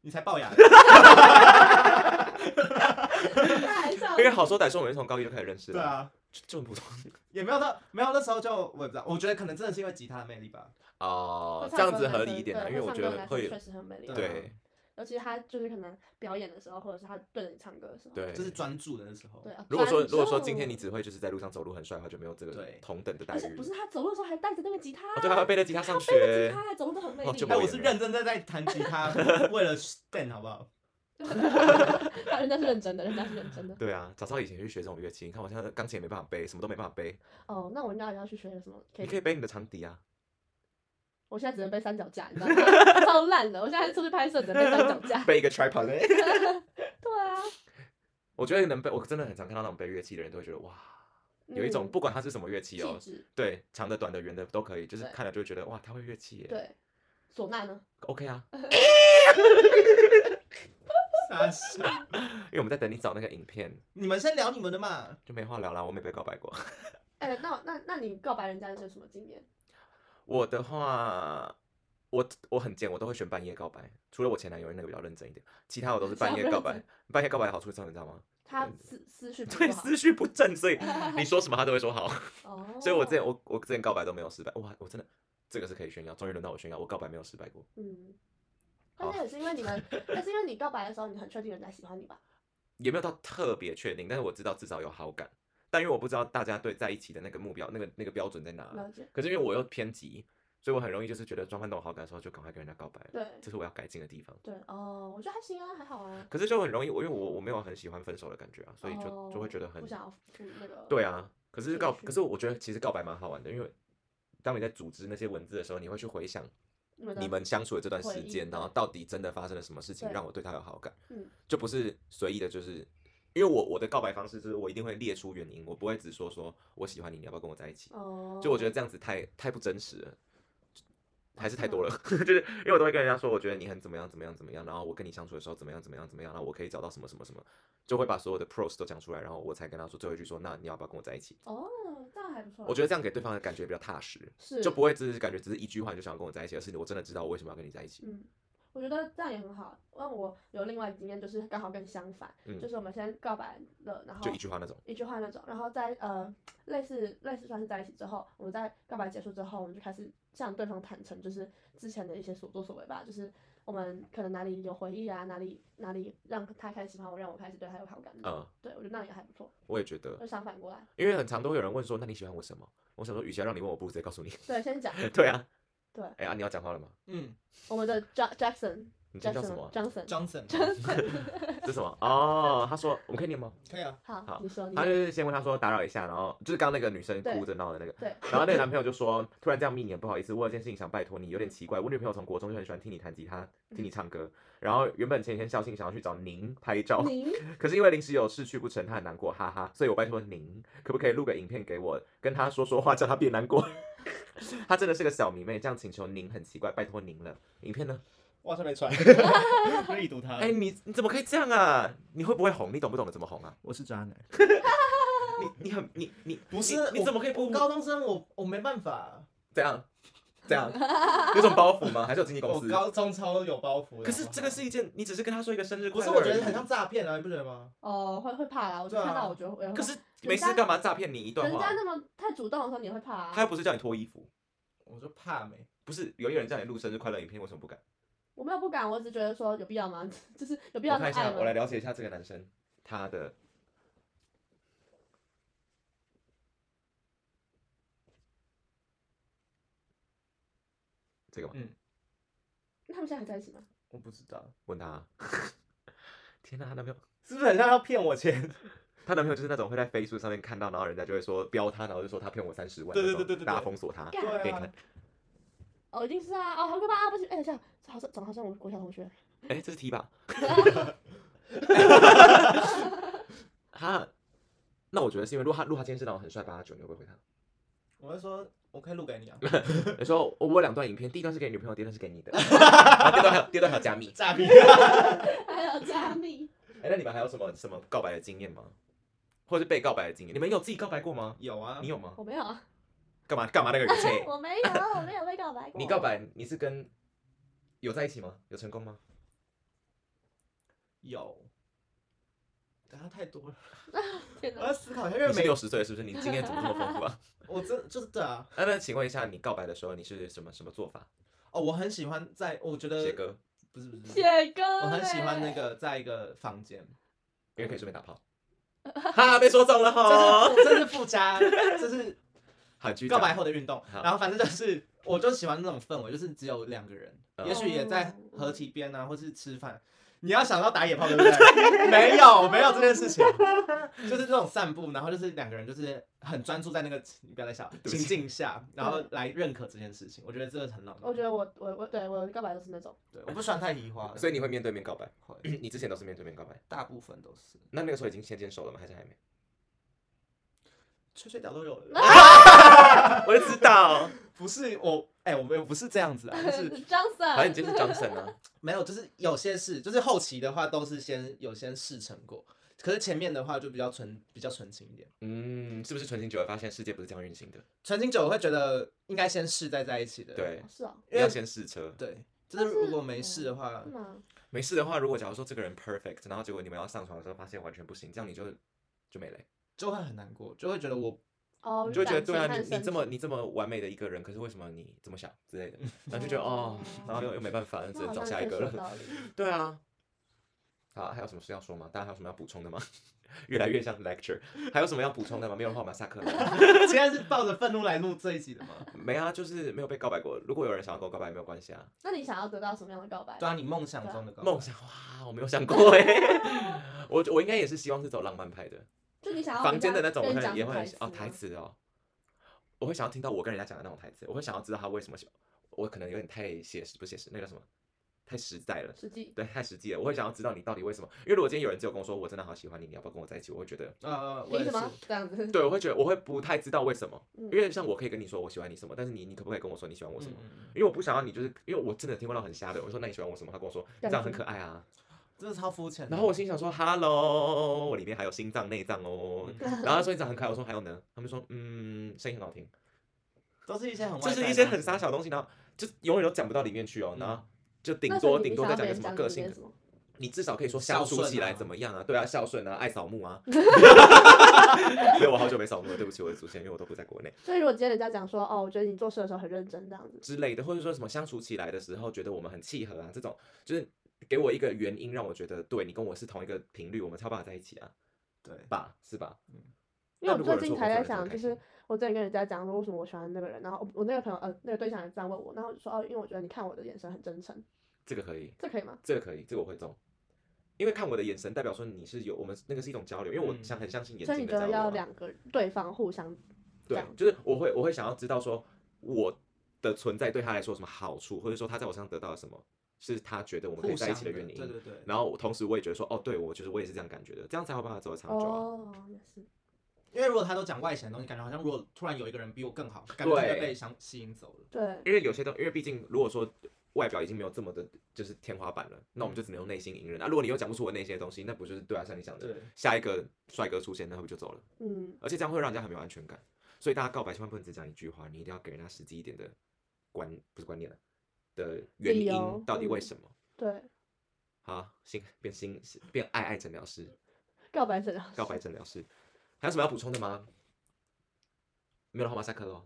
[SPEAKER 4] 你才龅牙，
[SPEAKER 3] 因为好说歹说，我们是从高一就开始认识
[SPEAKER 4] 对
[SPEAKER 3] 了，，
[SPEAKER 4] 啊，
[SPEAKER 3] 就就很普通
[SPEAKER 4] 也没有到没有那时候就我也不知道，我觉得可能真的是因为吉他的魅力吧。
[SPEAKER 3] 哦
[SPEAKER 2] 会，
[SPEAKER 3] 这
[SPEAKER 2] 唱
[SPEAKER 3] 样
[SPEAKER 2] 歌
[SPEAKER 3] 子
[SPEAKER 2] 的男
[SPEAKER 3] 合
[SPEAKER 2] 生
[SPEAKER 3] 理一点啊，
[SPEAKER 2] 对
[SPEAKER 3] 因为我
[SPEAKER 2] 唱
[SPEAKER 3] 觉
[SPEAKER 2] 歌的
[SPEAKER 3] 得
[SPEAKER 2] 男
[SPEAKER 3] 会
[SPEAKER 2] 生确实很美丽。
[SPEAKER 4] 对啊
[SPEAKER 3] 对
[SPEAKER 2] 尤其他就是可能表演的时候，或者是他对着你唱歌的时候。
[SPEAKER 3] 对，
[SPEAKER 4] 就是专注的那时候。
[SPEAKER 2] 对，啊
[SPEAKER 3] 如果说
[SPEAKER 2] 专注
[SPEAKER 3] 如果说今天你只会就是在路上走路很帅的话，就没有这个
[SPEAKER 4] 对
[SPEAKER 3] 同等的待
[SPEAKER 2] 而且
[SPEAKER 3] 遇
[SPEAKER 2] 不。是他走路的时候还带着那个吉他，
[SPEAKER 3] 哦，对，还会背着吉他上
[SPEAKER 2] 背着吉
[SPEAKER 3] 学，
[SPEAKER 2] 他还走路都很美
[SPEAKER 3] 哦
[SPEAKER 2] 丽
[SPEAKER 3] 就，
[SPEAKER 4] 哎，
[SPEAKER 3] 没
[SPEAKER 4] 我是认真在在弹吉他， 为了 stand 好不好？
[SPEAKER 2] 但 人家是认真的，人家是认真的。
[SPEAKER 3] 对啊，早知道以前去学这种乐器，你看我现在钢琴也没办法背，什么都没办法背，
[SPEAKER 2] 哦，那我那要去学什么？可
[SPEAKER 3] 你
[SPEAKER 2] 以
[SPEAKER 3] 可，以背你的长笛啊，。
[SPEAKER 2] 我现在只能背三脚架，你知道吗？ 超烂的，我现在出去拍摄只能背三脚架
[SPEAKER 3] 背一个 tripod 欸。
[SPEAKER 2] 对啊，
[SPEAKER 3] 我觉得能背，我真的很常看到那种背乐器的人都会觉得哇，有一种
[SPEAKER 2] 嗯
[SPEAKER 3] 不管它是什么乐器哦
[SPEAKER 2] 气，质。
[SPEAKER 3] 对，长的、短的、圆的都可以，就是
[SPEAKER 2] 对
[SPEAKER 3] 看了就会觉得哇，他会乐器耶
[SPEAKER 2] 对，唢呐呢？
[SPEAKER 3] ，OK 啊，
[SPEAKER 4] 傻笑。
[SPEAKER 3] 因为我们在等你找那个影片，
[SPEAKER 4] 你们先聊你们的嘛。
[SPEAKER 3] 就没话聊啦，我没被告白过。
[SPEAKER 2] 哎，那那那你告白人家是有什么经验？
[SPEAKER 3] 我的话，我我很贱，我都会选半夜告白，除了我前男友那个比较认真一点，其他我都是半夜告白。半夜告白的好处是什么，你知道吗？
[SPEAKER 2] 他思思绪不
[SPEAKER 3] 对，
[SPEAKER 2] 好
[SPEAKER 3] 思绪不正，所以你说什么他都会说好。
[SPEAKER 2] 哦，
[SPEAKER 3] 所以我之前我我之前告白都没有失败，哇，我真的这个是可以炫耀，终于轮到我炫耀，我告白没有失败过。
[SPEAKER 2] 嗯，
[SPEAKER 3] 哦
[SPEAKER 2] 但是也是因为你 们，但是因为你告白的时候，你很确定人家喜欢你吧？
[SPEAKER 3] 也没有到特别确定，但是我知道至少有好感。但因为我不知道大家对在一起的那个目标、那个那个标准在哪，
[SPEAKER 2] 了解，
[SPEAKER 3] 可是因为我又偏急，所以我很容易就是觉得装翻懂好感的时候就赶快跟人家告白了，
[SPEAKER 2] 对
[SPEAKER 3] 这是我要改进的地方。
[SPEAKER 2] 对哦，我觉得还行啊，还好啊，
[SPEAKER 3] 可是就很容易，我因为我我没有很喜欢分手的感觉啊，所以就、就会觉得
[SPEAKER 2] 哦
[SPEAKER 3] 很
[SPEAKER 2] 不想要付那个，
[SPEAKER 3] 对啊。可是
[SPEAKER 2] 情
[SPEAKER 3] 告，
[SPEAKER 2] 绪
[SPEAKER 3] 可是我觉得其实告白蛮好玩的，因为当你在组织那些文字的时候，你会去回想
[SPEAKER 2] 你们的
[SPEAKER 3] 你们相处的这段
[SPEAKER 2] 回
[SPEAKER 3] 时
[SPEAKER 2] 忆
[SPEAKER 3] 间，然后
[SPEAKER 2] 对
[SPEAKER 3] 到底真的发生了什么事情
[SPEAKER 2] 对
[SPEAKER 3] 让我对他有好感，
[SPEAKER 2] 嗯
[SPEAKER 3] 就不是随意的，就是因为我我的告白方式就是我一定会列出原因，我不会只说说我喜欢你，你要不要跟我在一起？
[SPEAKER 2] 哦，
[SPEAKER 3] 就我觉得这样子太太不真实了，还是太多了，
[SPEAKER 2] 嗯
[SPEAKER 3] 就是因为我都会跟人家说，我觉得你很怎么样怎么样怎么样，然后我跟你相处的时候怎么样怎么样怎么样，然后我可以找到什么什么什么，就会把所有的 pros 都讲出来，然后我才跟他说最后一句说，那你要不要跟我在一起？
[SPEAKER 2] 哦，这样还不错啊，
[SPEAKER 3] 我觉得这样给对方的感觉比较踏实，
[SPEAKER 2] 是
[SPEAKER 3] 就不会只是感觉只是一句话你就想要跟我在一起，而是我真的知道我为什么要跟你在一起。
[SPEAKER 2] 嗯，我觉得这样也很好。那我有另外一个经验，就是刚好跟相反，
[SPEAKER 3] 嗯
[SPEAKER 2] 就是我们先告白了，然后
[SPEAKER 3] 就一句话那种。
[SPEAKER 2] 一句话那种，然后在呃类似类似算是在一起之后，我们在告白结束之后，我们就开始向对方坦诚，就是之前的一些所作所为吧，就是我们可能哪里有回忆啊，哪里哪里让他开始喜欢我，让我开始对他有好感。
[SPEAKER 3] 嗯，
[SPEAKER 2] 对我觉得那样也还不错，
[SPEAKER 3] 我也觉得
[SPEAKER 2] 就，相反过来，
[SPEAKER 3] 因为很常都会有人问说，那你喜欢我什么？我想说，与其让你问我，不如直接告诉你。
[SPEAKER 2] 对，先讲
[SPEAKER 3] 对啊，
[SPEAKER 2] 对
[SPEAKER 3] 哎呀，啊你要讲话了吗？
[SPEAKER 4] 嗯
[SPEAKER 2] 我们的 Ja- Jackson
[SPEAKER 3] 你今天叫什么
[SPEAKER 2] Jackson
[SPEAKER 3] 啊？
[SPEAKER 2] Johnson，
[SPEAKER 4] ，Johnson，
[SPEAKER 3] 这是什 么？哦，他说我们可以念吗？
[SPEAKER 4] 可以啊，
[SPEAKER 2] 好
[SPEAKER 3] 好，
[SPEAKER 2] 你说你
[SPEAKER 3] 他就是先问他说打扰一下，然后就是刚刚那个女生
[SPEAKER 2] 对
[SPEAKER 3] 哭着闹的那个，
[SPEAKER 2] 对
[SPEAKER 3] 然后那个男朋友就说突然这样密你，不好意思，我有件事情想拜托你，有点奇怪，我女朋友从国中就很喜欢听你弹吉他，听你唱歌，然后原本前几天校庆想要去找您拍照，
[SPEAKER 2] 您
[SPEAKER 3] 可是因为临时有事去不成，她很难过，哈哈。所以我拜托您，可不可以录个影片给我，跟她说说话，叫她别难过。她真的是个小迷妹，这样请求您很奇怪，拜托您了。影片呢？
[SPEAKER 4] 我好像没 传，没已读他
[SPEAKER 3] 哎、你你怎么可以这样啊？你会不会红？你懂不懂得怎么红啊？
[SPEAKER 4] 我是渣男，
[SPEAKER 3] 你你很你你
[SPEAKER 4] 不是
[SPEAKER 3] 你你怎么可以
[SPEAKER 4] 我
[SPEAKER 3] 不
[SPEAKER 4] 高中生，我我没办法，
[SPEAKER 3] 这样这样？有种包袱吗？还是有经纪公
[SPEAKER 4] 我
[SPEAKER 3] 司？
[SPEAKER 4] 高中超有包袱的。
[SPEAKER 3] 可是
[SPEAKER 4] 好不好
[SPEAKER 3] 这个是一件，你只是跟她说一个生日
[SPEAKER 4] 不
[SPEAKER 3] 快
[SPEAKER 4] 是？
[SPEAKER 3] 乐，
[SPEAKER 4] 我觉得很。像诈骗啊，你不觉得吗？
[SPEAKER 2] 哦会会怕啦，我就
[SPEAKER 4] 对啊
[SPEAKER 2] 看到我觉得我也会
[SPEAKER 3] 可
[SPEAKER 2] 怕
[SPEAKER 3] 是没事干嘛诈骗你一段
[SPEAKER 2] 人
[SPEAKER 3] 话
[SPEAKER 2] 家？那么太主动的时候，你也会怕啊？
[SPEAKER 3] 他又不是叫你脱衣服，
[SPEAKER 4] 我就怕没，
[SPEAKER 3] 不是有一个人叫你录生日快乐影片，为什么不敢？
[SPEAKER 2] 我没有不敢，我只是觉得说有必要吗？ 就是有必要
[SPEAKER 3] 我
[SPEAKER 2] 那么
[SPEAKER 3] 看一下，
[SPEAKER 2] 爱
[SPEAKER 3] 我来
[SPEAKER 2] 吗？
[SPEAKER 3] 了解一下这个男生他的。这个吗？
[SPEAKER 2] 那他们现在还在一起吗？
[SPEAKER 4] 我不知道，
[SPEAKER 3] 问他 啊、天哪，她男朋友，
[SPEAKER 4] 是不是很像要骗我钱？
[SPEAKER 3] 她男朋友就是那种会在 Facebook 上面看到，然后人家就会说标他，然后就说他骗我三十万，
[SPEAKER 4] 对对
[SPEAKER 3] 那种
[SPEAKER 4] 对对对对
[SPEAKER 3] 大家封锁他，
[SPEAKER 2] 干
[SPEAKER 3] 给
[SPEAKER 4] 对
[SPEAKER 3] 你看
[SPEAKER 4] 啊，，
[SPEAKER 2] 哦，一定是啊！哦，好可怕啊！不行，哎、这样好像长得好像我国小同学。
[SPEAKER 3] 哎、这是 T 吧？ 哈，那我觉得是因为如果他如果他今天是那种很帅八九，你会不会回他？
[SPEAKER 4] 我就说我可以录给你啊，
[SPEAKER 3] 你说我我有两段影片，第一段是给你女朋友，第二段是给你的， 然后第二段还有第二段还有加密。
[SPEAKER 4] 诈骗。
[SPEAKER 2] 还有加密，
[SPEAKER 3] 哎、那你们还有什么什么告白的经验吗？或者是被告白的经验？你们有自己告白过吗？
[SPEAKER 4] 有啊，
[SPEAKER 3] 你有吗？
[SPEAKER 2] 我没有啊，
[SPEAKER 3] 干嘛干嘛那个语气？
[SPEAKER 2] 我没有，我没有被告白过。
[SPEAKER 3] 你告？白你是跟有在一起吗？有成功吗？
[SPEAKER 4] 有。等下太多了，
[SPEAKER 2] 天
[SPEAKER 4] 我
[SPEAKER 2] 哪！
[SPEAKER 3] 呃
[SPEAKER 4] 要思考一下，因为
[SPEAKER 3] 你是
[SPEAKER 4] 每
[SPEAKER 3] 六十岁是不是？你经验怎么这么丰富啊？
[SPEAKER 4] 我真就是对啊，
[SPEAKER 3] 啊，那请问一下，你告白的时候你是什么什么做法？
[SPEAKER 4] 哦，我很喜欢在，我觉得
[SPEAKER 3] 写歌，
[SPEAKER 4] 不是不是不是，
[SPEAKER 2] 写歌嘞，
[SPEAKER 4] 我很喜欢那个在一个房间，
[SPEAKER 3] 因为可以顺便打炮。哈，被说中了哈
[SPEAKER 4] 这。是这是附加，这是
[SPEAKER 3] 好，继续
[SPEAKER 4] 告白
[SPEAKER 3] 讲
[SPEAKER 4] 后的运动。
[SPEAKER 3] 好
[SPEAKER 4] 然后反正就是，我就喜欢那种氛围，就是只有两个人，
[SPEAKER 3] 嗯
[SPEAKER 4] 也许也在
[SPEAKER 2] 哦
[SPEAKER 4] 河堤边啊，或是吃饭。你要想到打野炮，对不对？ 没有，没有这件事 情，就是这种散步，然后就是两个人就是很专注在那个，你不要再笑
[SPEAKER 3] 不起
[SPEAKER 4] 情境下，然后来认可这件事情。我觉得这个很浪漫。
[SPEAKER 2] 我觉得我我我对我告白都是那种，
[SPEAKER 4] 对，我不喜欢太移花，
[SPEAKER 3] 所以你会面对面告白？
[SPEAKER 4] 会
[SPEAKER 3] 你之前都是面对面告白？
[SPEAKER 4] 大部分都是
[SPEAKER 3] 那那个时候已经先牵手了吗？还是还没？
[SPEAKER 4] 吹吹屌都有 了。
[SPEAKER 2] 啊
[SPEAKER 3] 我就知道，
[SPEAKER 4] 不是我，哎、我没有不是这样子啊，就是
[SPEAKER 3] 反正
[SPEAKER 2] Johnson，
[SPEAKER 3] 你就是张森啊。
[SPEAKER 4] 没有，就是有些事，就是后期的话都是先有先试成过，可是前面的话就比较纯，比较纯情一点。
[SPEAKER 3] 嗯，是不是纯情久了发现世界不是这样运行的？
[SPEAKER 4] 纯情久了会觉得应该先试再在一起的。
[SPEAKER 3] 对
[SPEAKER 2] 哦，是啊，
[SPEAKER 4] 因为
[SPEAKER 3] 要先试车。
[SPEAKER 4] 对，就是如果
[SPEAKER 2] 嗯
[SPEAKER 4] 没事的话
[SPEAKER 2] 是，吗？
[SPEAKER 3] 没事的话，如果假如说这个人 perfect，然后结果你们要上床的时候发现完全不行，这样你就就没了欸。
[SPEAKER 4] 就会很难过，就会觉 得我
[SPEAKER 2] 哦，
[SPEAKER 3] 你就会觉得对啊，
[SPEAKER 2] 感
[SPEAKER 3] 你
[SPEAKER 2] 情和
[SPEAKER 3] 你这
[SPEAKER 2] 身
[SPEAKER 3] 么
[SPEAKER 2] 体
[SPEAKER 3] 你这么完美的一个人，可是为什么你这么想之 类的，然后就觉得哦，然后又又没办 法，只
[SPEAKER 2] 嗯那
[SPEAKER 3] 能
[SPEAKER 2] 好
[SPEAKER 3] 找
[SPEAKER 2] 像
[SPEAKER 3] 下一
[SPEAKER 2] 确
[SPEAKER 3] 个
[SPEAKER 2] 实有道
[SPEAKER 3] 了。
[SPEAKER 2] 理。
[SPEAKER 3] 对啊，好，还有什么事要说吗？大家还有什么要补充的吗？ 越来越像 lecture，还 有什么要补充的吗？没有的话，我们要下课 了。
[SPEAKER 4] 现在是抱着愤怒来录这一集的吗？
[SPEAKER 3] 没啊，就是没有被告白过。如果有人想要跟我告白，没有关系啊。
[SPEAKER 2] 那你想要得到什么样的告白？
[SPEAKER 4] 对啊，你梦想中的告白
[SPEAKER 3] 梦想哇，我没有想过哎、 我我应该也是希望是走浪漫派的，
[SPEAKER 2] 就你想要
[SPEAKER 3] 房
[SPEAKER 2] 人
[SPEAKER 3] 间的
[SPEAKER 2] 家
[SPEAKER 3] 那种我
[SPEAKER 2] 跟
[SPEAKER 3] 可
[SPEAKER 2] 你
[SPEAKER 3] 能
[SPEAKER 2] 讲
[SPEAKER 3] 也
[SPEAKER 2] 的
[SPEAKER 3] 会很喜哦
[SPEAKER 2] 吗
[SPEAKER 3] 台词哦，我会想要听到我跟人家讲的那种台词，我会想要知道他为什么喜，我可能有点太写实，不是写实，那个叫什么，太实在了。
[SPEAKER 2] 实际
[SPEAKER 3] 对，太实际了。我会想要知道你到底为什么，因为如果今天有人只有跟我说我真的好喜欢你，你要不要跟我在一起？我会觉得，
[SPEAKER 4] 呃，我
[SPEAKER 2] 凭
[SPEAKER 4] 也
[SPEAKER 2] 什
[SPEAKER 4] 是。
[SPEAKER 2] 么这样子？
[SPEAKER 3] 对，我会觉得我会不太知道为什么，
[SPEAKER 2] 嗯
[SPEAKER 3] 因为像我可以跟你说我喜欢你什么，但是你你可不可以跟我说你喜欢我什
[SPEAKER 4] 嗯
[SPEAKER 3] 么？
[SPEAKER 4] 嗯嗯
[SPEAKER 3] 因为我不想要你，就是因为我真的听过到很瞎的，我说那你喜欢我什么？他跟我说你这样很可爱啊，
[SPEAKER 4] 真的超肤浅的。
[SPEAKER 3] 然后我心想说，Hello，我里面还有心脏、内脏哦。
[SPEAKER 4] 嗯
[SPEAKER 3] 然后他说你长得很可爱，我说还有呢。他们说，嗯，声音很好听，
[SPEAKER 4] 都是一些很
[SPEAKER 3] 就
[SPEAKER 4] 外在
[SPEAKER 3] 是
[SPEAKER 4] 的
[SPEAKER 3] 一些
[SPEAKER 4] 东
[SPEAKER 3] 很
[SPEAKER 4] 西
[SPEAKER 3] 傻小的东西，然后就永远都讲不到里面去哦。
[SPEAKER 4] 嗯
[SPEAKER 3] 然后就顶
[SPEAKER 2] 那所以
[SPEAKER 3] 多
[SPEAKER 2] 你
[SPEAKER 3] 顶多
[SPEAKER 2] 想
[SPEAKER 3] 再
[SPEAKER 2] 要
[SPEAKER 3] 讲
[SPEAKER 2] 别
[SPEAKER 3] 个
[SPEAKER 2] 人
[SPEAKER 3] 什
[SPEAKER 2] 讲你
[SPEAKER 3] 么个性
[SPEAKER 2] 的，什么？
[SPEAKER 3] 你至少可以说
[SPEAKER 4] 孝
[SPEAKER 3] 相处
[SPEAKER 4] 顺
[SPEAKER 3] 起来
[SPEAKER 4] 啊
[SPEAKER 3] 怎么样啊？对啊，孝顺啊，爱扫墓 啊。对，我好久没扫墓了，对不起我的祖先，因为我都不在国内
[SPEAKER 2] 所以如果今天人家讲说，哦，我觉得你做事的时候很认真这样子，
[SPEAKER 3] 之类的，或者说什么相处起来的时候觉得我们很契合啊，这种就是给我一个原因，让我觉得对你跟我是同一个频率，我们才有办法在一起啊，
[SPEAKER 4] 对，
[SPEAKER 3] 吧？是吧？
[SPEAKER 2] 因为我
[SPEAKER 3] 那如
[SPEAKER 2] 最
[SPEAKER 3] 果有
[SPEAKER 2] 近
[SPEAKER 3] 人说
[SPEAKER 2] 才
[SPEAKER 3] 我
[SPEAKER 2] 在
[SPEAKER 3] 做得很
[SPEAKER 2] 想，就
[SPEAKER 3] 开
[SPEAKER 2] 是
[SPEAKER 3] 心
[SPEAKER 2] 我之前跟人家讲说为什么我喜欢那个人，然后我我那个朋友呃那个对象也这样问我，然后我就说哦，因为我觉得你看我的眼神很真诚，
[SPEAKER 3] 这个可以。
[SPEAKER 2] 这可以吗？
[SPEAKER 3] 这个可以，这个我会中，因为看我的眼神代表说你是有我们那个是一种交流，因为我
[SPEAKER 4] 嗯
[SPEAKER 3] 相很相信眼
[SPEAKER 2] 所以
[SPEAKER 3] 睛
[SPEAKER 2] 你
[SPEAKER 3] 的
[SPEAKER 2] 觉
[SPEAKER 3] 交
[SPEAKER 2] 得
[SPEAKER 3] 流
[SPEAKER 2] 要
[SPEAKER 3] 啊、
[SPEAKER 2] 两个对方互相这
[SPEAKER 3] 对
[SPEAKER 2] 样，
[SPEAKER 3] 就是我会我会想要知道说我的存在对他来说有什么好处，或者说他在我身上得到了什么，是他觉得我们可以
[SPEAKER 4] 互
[SPEAKER 3] 在
[SPEAKER 4] 相
[SPEAKER 3] 一起的原因。
[SPEAKER 4] 对对对。
[SPEAKER 3] 然后同时我也觉得说，哦，对我就是我也是这样感觉的，这样才有办法走得长久啊。
[SPEAKER 2] 哦，也是，
[SPEAKER 4] 因为如果他都讲外显的东西，感觉好像如果突然有一个人比我更好，感觉
[SPEAKER 3] 对
[SPEAKER 4] 就会被相吸引走了。
[SPEAKER 2] 对，
[SPEAKER 3] 因为有些东，因为毕竟如果说外表已经没有这么的，就是天花板了，那
[SPEAKER 4] 嗯
[SPEAKER 3] 我们就只能用内心隐忍啊。如果你又讲不出我内心的东西，那不就是对啊，像你讲的
[SPEAKER 4] 对，
[SPEAKER 3] 下一个帅哥出现，那会不会就走了？
[SPEAKER 2] 嗯，
[SPEAKER 3] 而且这样会让人家很没有安全感。所以大家告白千万不能只讲一句话，你一定要给人家实际一点的观，不是观念了啊的原
[SPEAKER 2] 理
[SPEAKER 3] 因
[SPEAKER 2] 由，
[SPEAKER 3] 到底为
[SPEAKER 2] 嗯
[SPEAKER 3] 什么？
[SPEAKER 2] 对，
[SPEAKER 3] 好，心变心变爱爱诊疗师，
[SPEAKER 2] 告白怎样？
[SPEAKER 3] 告白诊疗师，还有什么要补充的吗？没有的话，我们下课喽。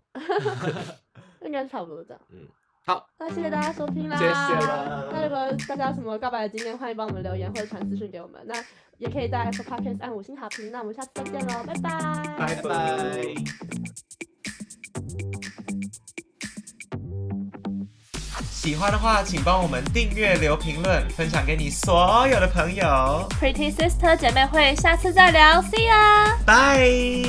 [SPEAKER 2] 应该差不多这样。
[SPEAKER 3] 嗯，好，
[SPEAKER 2] 那谢谢大家收听啦。
[SPEAKER 3] 谢谢啦
[SPEAKER 2] 那如果大家有什么告白的经验，欢迎帮我们留言或者传私讯给我们。那也可以在 Apple Podcast 按五星好评。那我们下次再见喽，拜拜。
[SPEAKER 4] 拜拜。
[SPEAKER 1] 喜欢的话，请帮我们订阅、留评论、分享给你所有的朋友。
[SPEAKER 5] Pretty Sister 姐妹会，下次再聊，See ya。
[SPEAKER 1] 拜。